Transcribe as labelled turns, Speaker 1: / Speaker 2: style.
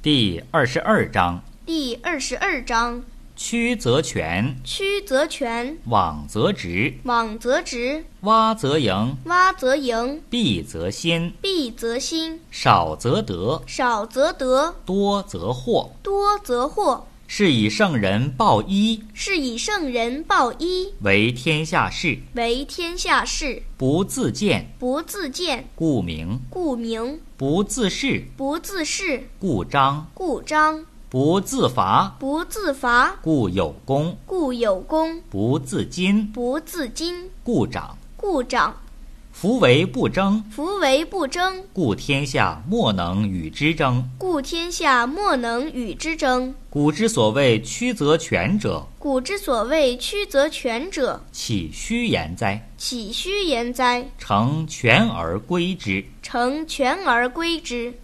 Speaker 1: 第二十二章：
Speaker 2: 第二十二章：
Speaker 1: 曲则全，
Speaker 2: 曲则全，
Speaker 1: 枉则直，
Speaker 2: 枉则直，
Speaker 1: 洼则盈，
Speaker 2: 洼则盈，
Speaker 1: 敝则新，
Speaker 2: 敝则新，
Speaker 1: 少则得，
Speaker 2: 少则得，
Speaker 1: 多则惑。
Speaker 2: 多则惑。
Speaker 1: 是以圣人抱一，
Speaker 2: 是以圣人抱一，
Speaker 1: 为天下事，
Speaker 2: 为天下事。
Speaker 1: 不自见，
Speaker 2: 不自见，
Speaker 1: 故明；
Speaker 2: 故明；
Speaker 1: 不自是，
Speaker 2: 不自是，
Speaker 1: 故彰；
Speaker 2: 故彰；
Speaker 1: 不自伐，
Speaker 2: 不自伐，
Speaker 1: 故有功；
Speaker 2: 故有功；
Speaker 1: 不自矜，
Speaker 2: 不自矜，
Speaker 1: 故长。
Speaker 2: 故长。
Speaker 1: 夫为不争，
Speaker 2: 夫为不争，
Speaker 1: 故天下莫能与之争。
Speaker 2: 故天下莫能与之争。
Speaker 1: 古之所谓曲则全者，
Speaker 2: 古之所谓曲则全者，
Speaker 1: 岂虚言哉？
Speaker 2: 岂虚言哉？
Speaker 1: 诚全而归之。
Speaker 2: 成全而归之。